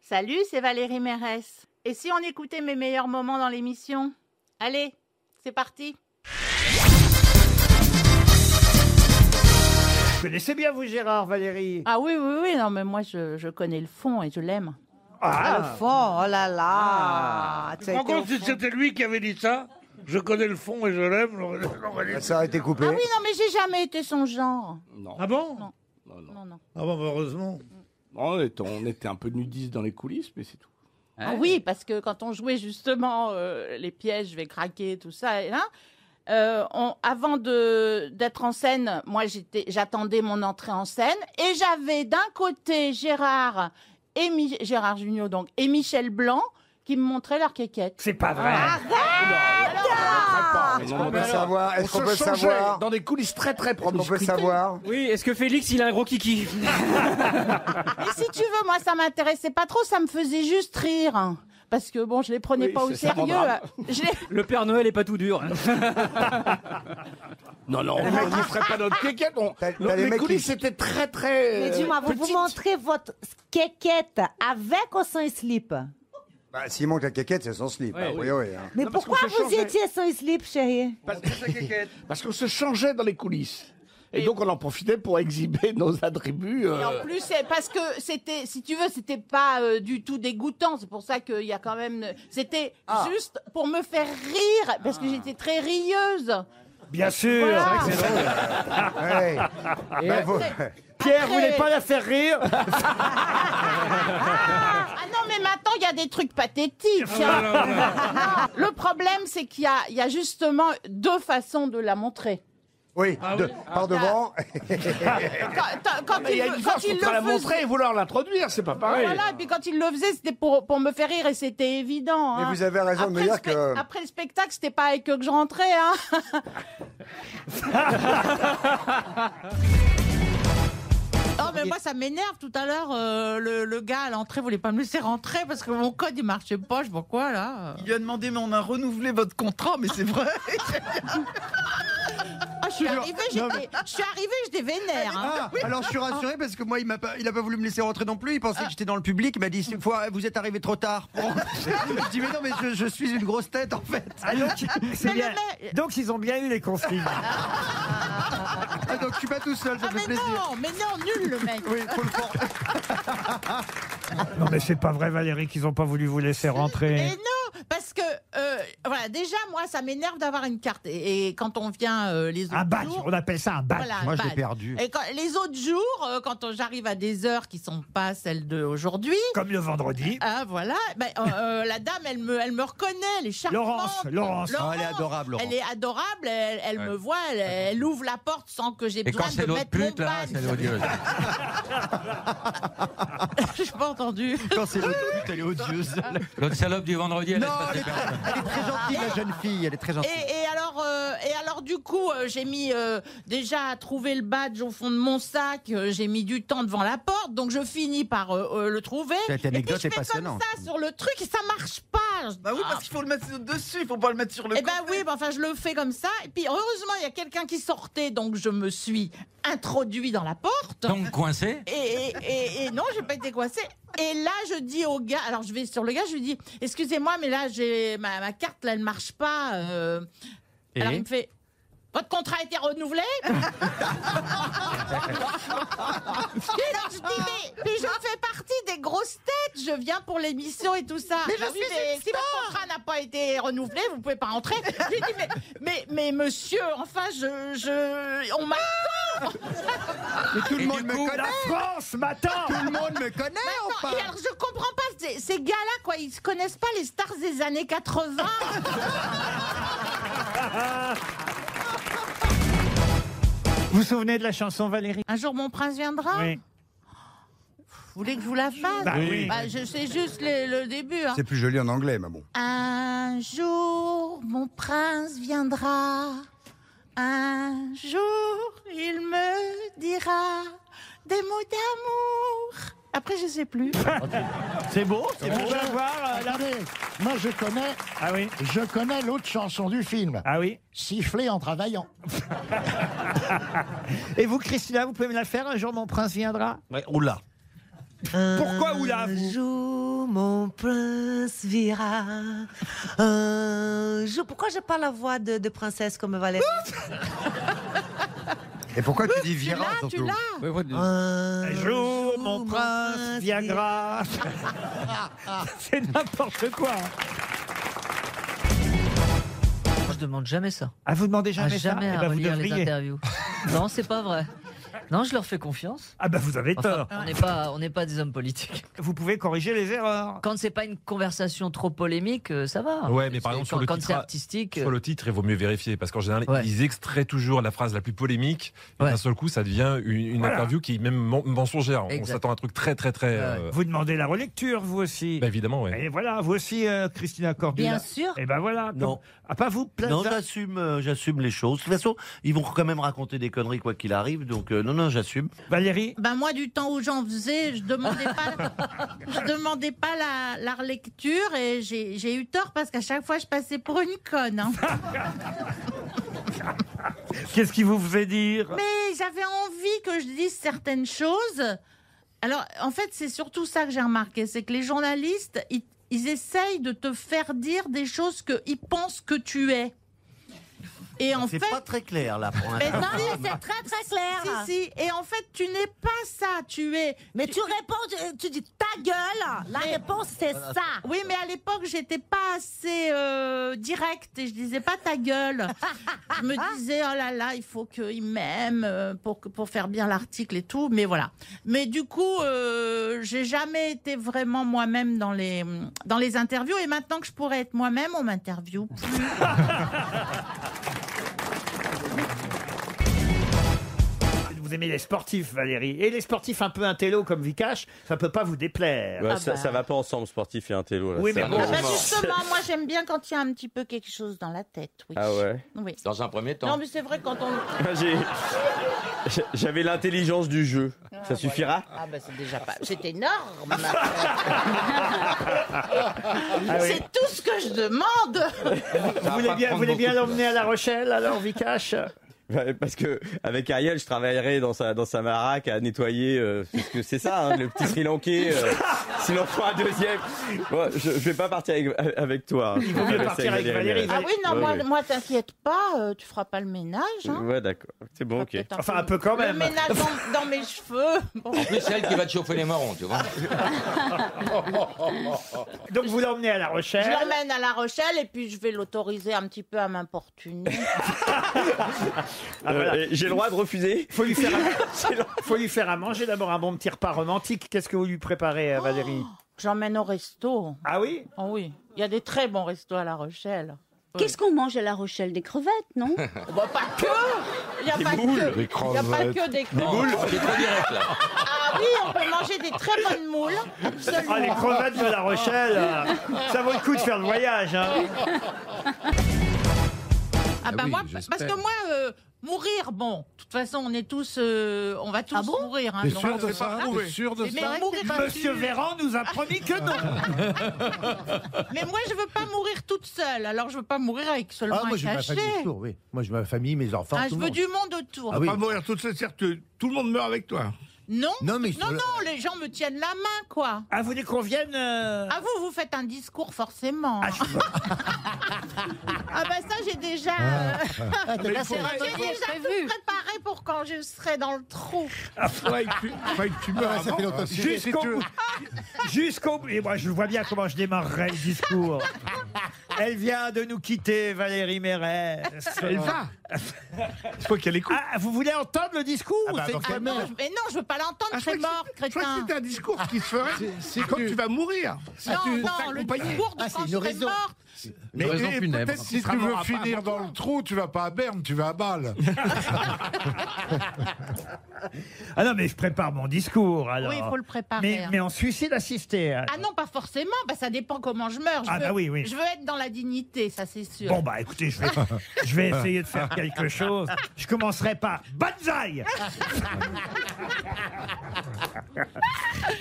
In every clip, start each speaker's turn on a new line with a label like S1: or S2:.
S1: Salut, c'est Valérie Mérès. Et si on écoutait mes meilleurs moments dans l'émission Allez, c'est parti
S2: Vous connaissez bien, vous, Gérard, Valérie
S1: Ah oui, oui, oui, non, mais moi je, je connais le fond et je l'aime.
S3: Ah, le fond, oh là là Ça a été
S4: Par
S3: au
S4: contre, si
S3: fond.
S4: c'était lui qui avait dit ça, je connais le fond et je l'aime. j'aurais- j'aurais dit-
S5: Ça a été coupé.
S1: Ah oui, non, mais j'ai jamais été son genre.
S6: Non.
S4: Ah bon
S1: Non.
S6: non, non.
S1: Non, non.
S4: Ah bon, bah, heureusement.
S6: on, était, on était un peu nudistes dans les coulisses, mais c'est tout.
S1: Ah oui, parce que quand on jouait justement euh, les pièges, je vais craquer, tout ça, et là, euh, on- avant de- d'être en scène, moi j'étais- j'attendais mon entrée en scène et j'avais d'un côté Gérard et Mi- Gérard Junior donc et Michel Blanc qui me montraient leur quéquette.
S2: C'est pas vrai.
S6: Ah,
S5: Est-ce qu'on peut savoir Est-ce qu'on peut savoir Dans des coulisses très très propres. On peut savoir
S7: Oui, est-ce que Félix, il a un gros kiki
S6: Ah.
S1: Mais si tu veux, moi ça m'intéressait pas trop, ça me faisait juste rire. hein, Parce que bon, je les prenais
S6: Oui,
S1: pas au
S6: c'est ça mon
S1: sérieux.
S6: drame.
S1: Je les-
S7: Le Père Noël est pas tout dur.
S6: Non, non, on ne ferait pas notre quéquette. on-
S5: T'as-
S6: Non,
S5: t'as les
S6: les
S5: mecs
S6: coulisses
S5: qui-
S6: étaient très, très.
S3: Mais
S6: euh,
S3: dis-moi, vous vous
S6: petites.
S3: montrez votre quéquette avec ou sans slip
S5: Bah, S'il manque la caquette, c'est son slip,
S7: Ouais,
S5: a
S7: oui.
S5: priori. hein.
S3: Mais
S6: Non, parce
S3: pourquoi
S6: qu'on se
S3: vous
S6: changeait.
S3: étiez sans slip, chérie
S6: Parce qu'on se changeait dans les coulisses. Et donc, on en profitait pour exhiber nos attributs. euh,
S1: Et en plus, c'est parce que c'était, si tu veux, c'était pas euh, du tout dégoûtant. C'est pour ça qu'il y a quand même. C'était
S6: Ah.
S1: juste pour me faire rire, parce que j'étais très rieuse.
S2: Bien sûr.
S1: Voilà.
S5: Ouais. Bah, vous-
S2: Pierre
S1: Après-
S2: voulait pas la faire rire.
S1: Ah non, mais maintenant, il y a des trucs pathétiques.
S6: Ah
S1: hein. Le problème, c'est qu'il y a, il y a justement deux façons de la montrer.
S5: Oui, de- par devant.
S1: Quand, quand- quand
S6: Ah, mais il y a
S1: le-
S6: une
S1: quand
S6: force
S1: il
S6: entre la
S1: le faisait.
S6: montrer Ah et vouloir l'introduire, c'est pas pareil.
S1: Voilà, et puis quand il le faisait, c'était pour, pour me faire rire et c'était évident.
S5: Mais
S1: hein.
S5: vous avez raison de
S1: Après
S5: me
S1: le
S5: dire
S1: spec-
S5: que-
S1: Après le spectacle, c'était pas avec eux que je rentrais. Hein.
S8: Non, mais moi, ça m'énerve. Tout à l'heure, euh, le, le gars à l'entrée voulait pas me laisser rentrer parce que mon code, il marchait pas. Je vois quoi, là
S9: Il lui a demandé, mais on a renouvelé votre contrat, mais c'est vrai.
S8: Ah, je suis arrivée, j'étais- je suis arrivée, j'étais vénère. hein.
S9: Ah, alors je suis rassuré parce que moi, il m'a pas, il a pas voulu me laisser rentrer non plus. Il pensait que j'étais dans le public. Il m'a dit, c'est- faut- vous êtes arrivé trop tard. je dis, mais non, mais je, je suis une grosse tête en fait.
S2: Ah, donc, c'est
S8: Mais le
S2: bien.
S8: mec-
S2: donc ils ont bien eu les consignes.
S9: Ah, donc je suis pas tout seul, ça
S8: Ah,
S9: fait
S8: mais
S9: plaisir.
S8: non, mais non, nul le mec.
S9: Oui, faut le prendre.
S2: Non mais c'est pas vrai Valérie qu'ils ont pas voulu vous laisser
S8: Mais
S2: rentrer.
S8: non, parce que euh, voilà, déjà moi ça m'énerve d'avoir une carte et, et quand on vient euh, les autres
S2: Un Ah, badge,
S8: jours,
S2: on appelle ça un badge.
S8: voilà,
S9: Moi, je l'ai
S8: badge.
S9: perdu.
S8: Et quand, les autres jours, euh, quand on- j'arrive à des heures qui sont pas celles d'aujourd'hui,
S2: Comme le vendredi.
S8: ah voilà, ben, euh, euh, la dame elle me elle me reconnaît, elle est charmante.
S2: Laurence, Laurence.
S9: Ah, elle est adorable, Laurence.
S8: Elle est adorable, elle, elle me voit, elle, elle ouvre la porte sans que j'ai besoin de mettre mon badge.
S9: odieuse.
S8: Je n'ai pas entendu.
S9: Quand c'est l'autre pute, elle est odieuse.
S10: L'autre salope du vendredi, elle
S9: Non,
S10: laisse
S9: elle
S10: passer
S9: est,
S10: personne.
S9: elle est très gentille, la jeune fille. Elle est très gentille.
S8: Et, et alors, euh, et alors du coup, euh, j'ai mis euh, déjà à trouver le badge au fond de mon sac. euh, j'ai mis du temps devant la porte, donc je finis par euh, euh, le trouver.
S9: Cette
S8: et puis
S9: anecdote
S8: je fais
S9: est passionnante.
S8: comme ça sur le truc et ça marche pas. Ah.
S9: Bah oui, parce qu'il faut le mettre dessus, il faut pas le mettre sur le
S8: Eh ben oui, bah, enfin je le fais comme ça. Et puis heureusement, il y a quelqu'un qui sortait, donc je me suis introduit dans la porte.
S10: Donc coincé
S8: Et, et- et- et non, j'ai pas été coincée. Et là, je dis au gars, alors je vais sur le gars, je lui dis, excusez-moi, mais là, j'ai ma, ma carte, là, elle marche pas. euh.
S10: Et
S8: Alors il me fait, votre contrat a été renouvelé Et alors je dis, mais, mais je fais partie des grosses têtes, je viens pour l'émission et tout ça.
S9: Mais
S8: Ah
S9: je
S8: oui,
S9: suis une
S8: si votre contrat n'a pas été renouvelé, vous pouvez pas rentrer. Je lui dis, mais, mais, mais monsieur, enfin, je, je, on m'a
S9: Mais tout le
S10: Et
S9: monde
S10: du
S9: me
S10: coup-
S9: connaît.
S2: La France m'attend.
S9: Tout le monde me connaît,
S8: Non,
S9: enfin.
S8: et alors je comprends pas ces, ces gars-là quoi, ils se connaissent pas les stars des années 80.
S2: Vous vous souvenez de la chanson Valérie
S8: Un jour mon prince viendra.
S2: Oui.
S8: Vous voulez que je vous la fasse
S2: Bah oui.
S8: Bah, je sais juste le, le début. hein.
S5: C'est plus joli en anglais, mais bon.
S8: Un jour mon prince viendra. Un jour il me dira des mots d'amour. Après je sais plus.
S2: C'est beau. C'est beau d'avoir. euh, la-
S11: Eh ben, Moi, je connais,
S2: Ah oui.
S11: je connais l'autre chanson du film,
S2: Ah oui.
S11: Siffler en travaillant.
S2: Et vous Christina, vous pouvez me la faire un jour mon prince viendra.
S9: Oula.
S2: Pourquoi vous là vous
S8: jour
S12: où mon prince vira. Un jour. Pourquoi j'ai pas la voix de, de princesse comme Valérie
S9: Et pourquoi tu dis
S12: Tu
S9: Vira
S12: l'as, tu
S9: surtout
S12: l'as.
S2: Ah Un jour, mon prince Viagra. C'est n'importe quoi.
S13: Je demande jamais ça.
S2: Ah, vous demandez jamais ça
S13: Jamais
S2: Eh
S13: à
S2: ben, vous
S13: relire les
S2: devriez.
S13: interviews. non, c'est pas vrai. Non, je leur fais confiance.
S2: Ah bah vous avez
S13: Enfin,
S2: tort.
S13: on n'est pas, on n'est pas des hommes politiques.
S2: Vous pouvez corriger les erreurs.
S13: Quand c'est pas une conversation trop polémique, euh, ça va.
S14: Ouais, mais par exemple, sur
S13: quand,
S14: le,
S13: quand
S14: titre,
S13: c'est artistique, euh,
S14: sur le titre, il vaut mieux vérifier parce qu'en général, ils extraient toujours la phrase la plus polémique. et D'un seul coup, ça devient une, une
S2: Voilà.
S14: interview qui est même men- mensongère. On
S2: Exact.
S14: s'attend à un truc très, très, très. euh, bah,
S2: Vous demandez la relecture, vous aussi.
S15: Ben.
S14: évidemment, oui.
S2: Et voilà, vous aussi, euh, Christina Cordula.
S15: Bien sûr.
S2: Et ben voilà.
S15: Non.
S2: Comme- Ah, pas vous, Plaza.
S15: Non, j'assume, euh, j'assume les choses. De toute façon, ils vont quand même raconter des conneries quoi qu'il arrive. Donc euh, non, non, j'assume.
S2: Valérie.
S8: Ben moi, du temps où j'en faisais, je demandais pas, je demandais pas la, la relecture et j'ai j'ai eu tort parce qu'à chaque fois, je passais pour une conne. hein.
S2: Qu'est-ce qui vous faisait dire
S8: Mais j'avais envie que je dise certaines choses. Alors, en fait, c'est surtout ça que j'ai remarqué, c'est que les journalistes, ils, ils essayent de te faire dire des choses qu'ils pensent que tu es. Et en fait,
S15: C'est pas très clair là. Pour
S8: Mais
S15: l'instant.
S8: non, mais c'est
S3: Très très clair.
S8: Si, si. Et en fait, tu n'es pas ça, tu es.
S3: Mais tu, réponds, tu, tu dis ta gueule. La réponse, c'est ça.
S8: Oui, mais à l'époque, j'étais pas assez euh, directe et je disais pas ta gueule. je me disais, oh là là, il faut qu'il m'aime euh, pour, que- pour faire bien l'article et tout. Mais voilà. Mais du coup, euh, j'ai jamais été vraiment moi-même dans les, dans les interviews. Et maintenant que je pourrais être moi-même, on m'interviewe plus.
S2: Vous aimez les sportifs, Valérie. Et les sportifs un peu intello comme Vikash, ça peut pas vous déplaire.
S16: Ouais, Bah, ça, ça va pas ensemble, sportif et intello. Là.
S2: Oui,
S16: Ça
S2: mais
S16: va
S2: bon.
S16: pas
S2: Ah,
S16: ensemble.
S8: bah, Justement, moi, j'aime bien quand il y a un petit peu quelque chose dans la tête. Oui.
S16: Ah ouais
S8: Oui.
S16: Dans un premier
S8: Non, mais c'est vrai quand on.
S16: J'ai- j'ai- J'avais l'intelligence du jeu. ça suffira
S8: Ah bah c'est déjà pas. C'est énorme. C'est tout ce que je demande.
S2: Vous voulez bien, vous voulez bien l'emmener à La Rochelle, alors, Vikash
S16: Ouais, Parce que avec Ariel, je travaillerai dans sa dans sa baraque à nettoyer, euh, parce que c'est ça, hein, le petit Sri Lankais. euh, S'il en faut un deuxième, Moi, je, je vais pas partir avec, avec toi. hein.
S2: Il vaut mieux
S16: Je vais
S2: partir avec
S16: rester
S2: Valérie.
S8: Ah oui, non,
S16: Ouais,
S8: moi,
S16: ouais.
S8: moi, t'inquiète pas, euh, tu feras pas le ménage. hein.
S16: Ouais, d'accord. C'est bon, ok.
S8: T'en fais Le ménage dans, dans mes cheveux. Bon.
S10: En plus, c'est elle qui va te chauffer les marrons, tu vois.
S2: Donc vous l'emmenez à La Rochelle.
S8: Je l'emmène à La Rochelle et puis je vais l'autoriser un petit peu à m'importuner.
S2: Ah, voilà.
S16: Euh, J'ai le droit de refuser.
S2: Faut lui faire, à... Faut lui faire à manger d'abord un bon petit repas romantique. Qu'est-ce que vous lui préparez, euh, Valérie
S8: J'emmène au resto.
S2: Ah oui
S8: Ah oui. Il y a des très bons restos à La Rochelle.
S17: Qu'est-ce qu'on mange à La Rochelle Des crevettes, non
S8: Bah, pas que Il n'y a,
S17: Des
S8: pas
S17: boules.
S8: que...
S17: Des
S8: il y a pas
S17: crevettes.
S8: que des
S17: Des boules
S10: C'est très direct, là.
S8: Ah oui, on peut manger des très bonnes moules. Absolument.
S2: Ah, les crevettes de La Rochelle, euh, ça vaut le coup de faire le voyage. hein.
S8: Ah bah
S2: oui,
S8: moi,
S2: j'espère.
S8: parce que moi, euh, mourir, bon, de toute façon, on est tous, euh, on va tous mourir. hein,
S2: T'es
S8: donc,
S2: sûr de
S8: euh,
S2: ça
S8: voilà.
S2: T'es sûr de
S8: Mais- mais
S2: ça
S8: mourir-
S2: Monsieur Véran nous a promis que non.
S8: Mais moi, je veux pas mourir toute seule, alors je veux pas mourir avec seulement
S18: Ah, moi
S8: un
S18: j'ai ma
S8: cachet.
S18: famille autour, oui. Moi j'ai ma famille, mes enfants.
S8: Ah,
S18: tout
S8: je
S18: le
S8: veux
S18: monde.
S8: du monde autour.
S18: Ah oui.
S6: toute cette que tout le monde meurt avec toi.
S8: Non,
S6: Non, mais ils sont
S8: non,
S6: là.
S8: non, les gens me tiennent la main, quoi.
S2: Ah, vous voulez qu'on vienne euh,
S8: Ah, vous, vous faites un discours, forcément. Ah, bah ça, j'ai déjà... euh,
S6: Ah. Ah, t'as
S8: j'ai
S6: la
S8: déjà
S6: cérémonie
S8: tout préparé pour quand je serai dans le trou.
S2: Faudrait que tu, faudrait que tu meurs
S8: Ouais, ça
S2: avant.
S8: fait longtemps que tu
S2: Jusqu'au
S8: sais, tu
S2: bout. Jusqu'au bout. Et moi, je vois bien comment je démarrerai le discours. Elle vient de nous quitter, Valérie Mérès.
S6: Elle va.
S2: Je crois qu'elle écoute. vous voulez entendre le discours ou c'est
S8: Ah non, je- mais non, je veux pas l'entendre,
S2: Ah,
S8: je serai mort, crétin.
S6: un discours qui se ferait quand tu vas mourir.
S8: Non, non, le discours
S2: Ah,
S8: de quand je serai morte.
S6: Mais
S19: raison
S6: et
S19: funèbre.
S6: peut-être
S19: Si
S6: sera
S19: tu veux
S6: mort à
S19: finir
S6: Paris.
S19: dans le trou, tu vas pas à Berne, tu vas à Bâle.
S2: Ah non, mais je prépare mon discours alors.
S8: Oui, il faut le préparer,
S2: Mais,
S8: hein.
S2: mais en suicide assisté. hein. alors.
S8: Ah non, pas forcément, bah, ça dépend comment je meurs. Je
S2: Ah
S8: veux,
S2: bah oui, oui.
S8: Je veux être dans la dignité, ça c'est sûr.
S2: Bon, bah écoutez, je vais, je vais essayer de faire quelque chose, je commencerai par Banzai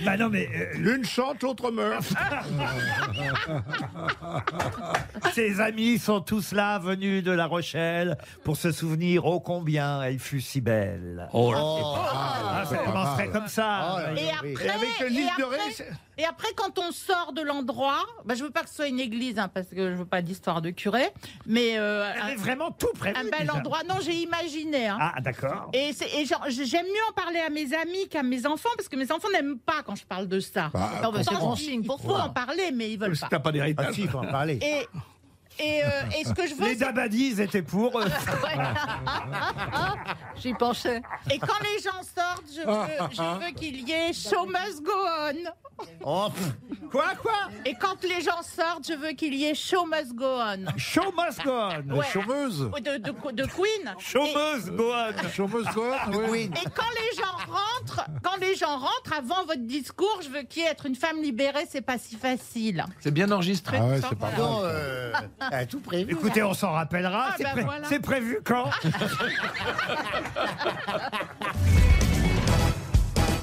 S2: Bah non, mais. L'une chante, l'autre meurt. Ses amis sont tous là, venus de La Rochelle, pour se souvenir ô combien elle fut si belle.
S20: Oh là.
S2: Ah, ça commencerait comme ça.
S5: Et après, et après- et après, quand on sort de l'endroit, bah, je veux pas que ce soit une église, hein, parce que je veux pas d'histoire de curé, mais euh, un-
S2: vraiment tout prévu.
S5: Un bel
S2: déjà.
S5: endroit. Non, j'ai imaginé. hein.
S2: Ah, d'accord.
S5: Et, c'est- et genre, j- j'aime mieux en parler à mes amis qu'à mes enfants, parce que mes enfants n'aiment pas quand je parle de ça.
S14: Bah,
S5: non, mais c'est
S14: pourtant,
S5: bon, il faut
S14: Voilà.
S5: en parler, mais ils veulent pas.
S14: Ah si, faut en parler.
S5: Et, et, euh, et ce que je veux,
S2: Les Dabadis étaient pour. euh,
S5: J'y pensais. Et quand les gens sortent, je veux, je veux qu'il y ait Show must go on.
S2: quoi, quoi
S5: Et quand les gens sortent, je veux qu'il y ait Show must go on.
S2: Show must go on.
S5: Ouais. De, de- de Queen.
S2: Chômeuse Gohan.
S5: Ah,
S14: Chômeuse Gohan, ouais.
S5: Et quand les gens rentrent, quand les gens rentrent avant votre discours, je veux qu'il y ait être une femme libérée, c'est pas si facile.
S14: C'est bien enregistré. Ah ouais, c'est pas
S5: Pardon,
S14: mal.
S5: tout prévu.
S2: Écoutez, on s'en rappellera.
S5: Ah,
S2: c'est
S5: bah
S2: pré-
S5: voilà.
S2: c'est prévu quand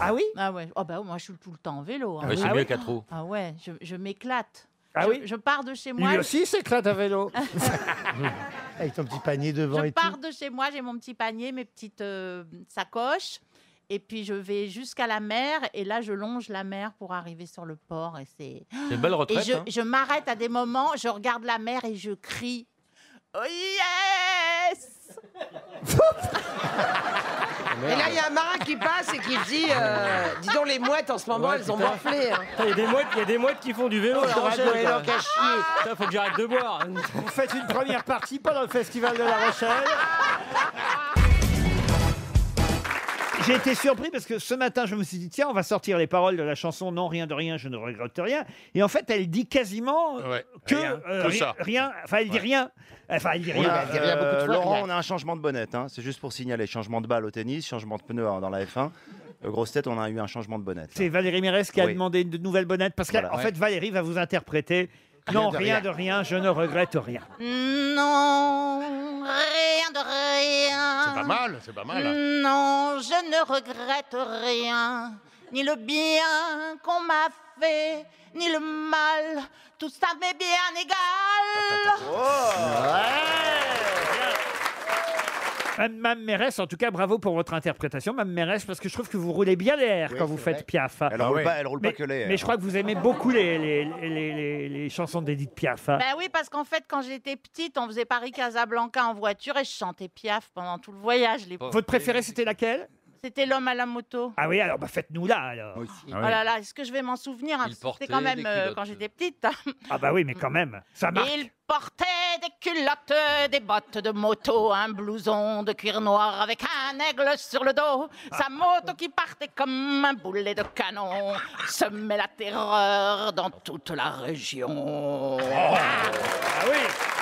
S2: Ah oui
S8: Ah ouais. Oh bah moi je suis tout le temps en vélo. hein.
S10: Ouais, c'est Ah mieux oui qu'à trop.
S8: Ah ouais, je, je m'éclate.
S21: Ah
S8: Je-
S21: oui
S8: Je pars de chez moi.
S21: Lui aussi s'éclate à vélo. Avec ton petit panier devant
S8: Je
S21: et tout.
S8: pars de chez moi, j'ai mon petit panier, mes petites euh, sacoches. Et puis je vais jusqu'à la mer et là je longe la mer pour arriver sur le port et c'est.
S10: C'est une belle retraite,
S8: Et je,
S10: hein.
S8: je m'arrête à des moments, je regarde la mer et je crie. Oh yes
S13: Et là, il y a un marin qui passe et qui dit euh, Dis donc, les mouettes en ce moment, elles ont morflé. hein.
S22: Il y, a des mouettes- y a des mouettes qui font du vélo.
S21: Oh,
S16: Ah,
S22: je te
S21: la Rochelle,
S22: rappelle,
S21: elle en
S22: quand même.
S21: cache chier.
S22: Putain, faut que j'arrête de boire.
S21: Vous faites une première partie pendant le festival de La Rochelle.
S2: J'ai été surpris parce que ce matin, je me suis dit, tiens, on va sortir les paroles de la chanson Non, rien de rien, je ne regrette rien. Et en fait, elle dit quasiment euh, que
S16: rien,
S2: euh,
S16: que
S2: ri-
S16: ça.
S2: rien. Enfin, elle dit rien. Enfin, elle dit
S16: On
S2: rien.
S16: a-
S2: Euh,
S16: euh, Laurent, on
S2: Laurent,
S16: a un changement de bonnette. hein. C'est juste pour signaler changement de balle au tennis, changement de pneu hein, dans la F1. Euh, grosse tête, on a eu un changement de bonnette.
S2: c'est Valérie Mérès qui a
S16: Oui.
S2: demandé une nouvelle bonnette parce qu'en
S16: Voilà.
S2: fait,
S16: Ouais.
S2: Valérie va vous interpréter Non,
S16: de
S2: rien
S16: rien.
S2: de rien, je ne regrette rien.
S8: Non, rien de rien.
S16: C'est pas mal, c'est pas mal. hein.
S8: Non, je ne regrette rien, ni le bien qu'on m'a fait, ni le mal. Tout ça m'est bien égal.
S2: Madame Euh, Mme Mérès, en tout cas, bravo pour votre interprétation, Mme Mérès, parce que je trouve que vous roulez bien les airs
S16: Oui,
S2: quand vous
S16: c'est
S2: faites
S16: vrai.
S2: Piaf.
S16: Elle roule pas- elle roule pas
S2: mais,
S16: que les euh, airs.
S2: Mais je crois que vous aimez beaucoup les, les, les, les- les chansons d'Edith Piaf.
S8: Ben oui, parce qu'en fait, quand j'étais petite, on faisait Paris-Casablanca en voiture et je chantais Piaf pendant tout le voyage. Les...
S2: Votre préférée, c'était laquelle
S8: C'était l'homme à la moto.
S2: Ah oui, alors bah, faites-nous là, alors.
S8: Oh là là, est-ce que je vais m'en souvenir hein, parce que C'était quand même
S2: Ah portait des
S8: euh,
S2: culottes.
S8: quand j'étais petite. hein.
S2: Ah bah oui, mais quand même, ça marche.
S8: Il portait des culottes, euh, des bottes de moto, un blouson de cuir noir avec un aigle sur le dos.
S2: Ah.
S8: Sa moto qui partait comme un boulet de canon semait la terreur dans toute la région.
S2: Ah oui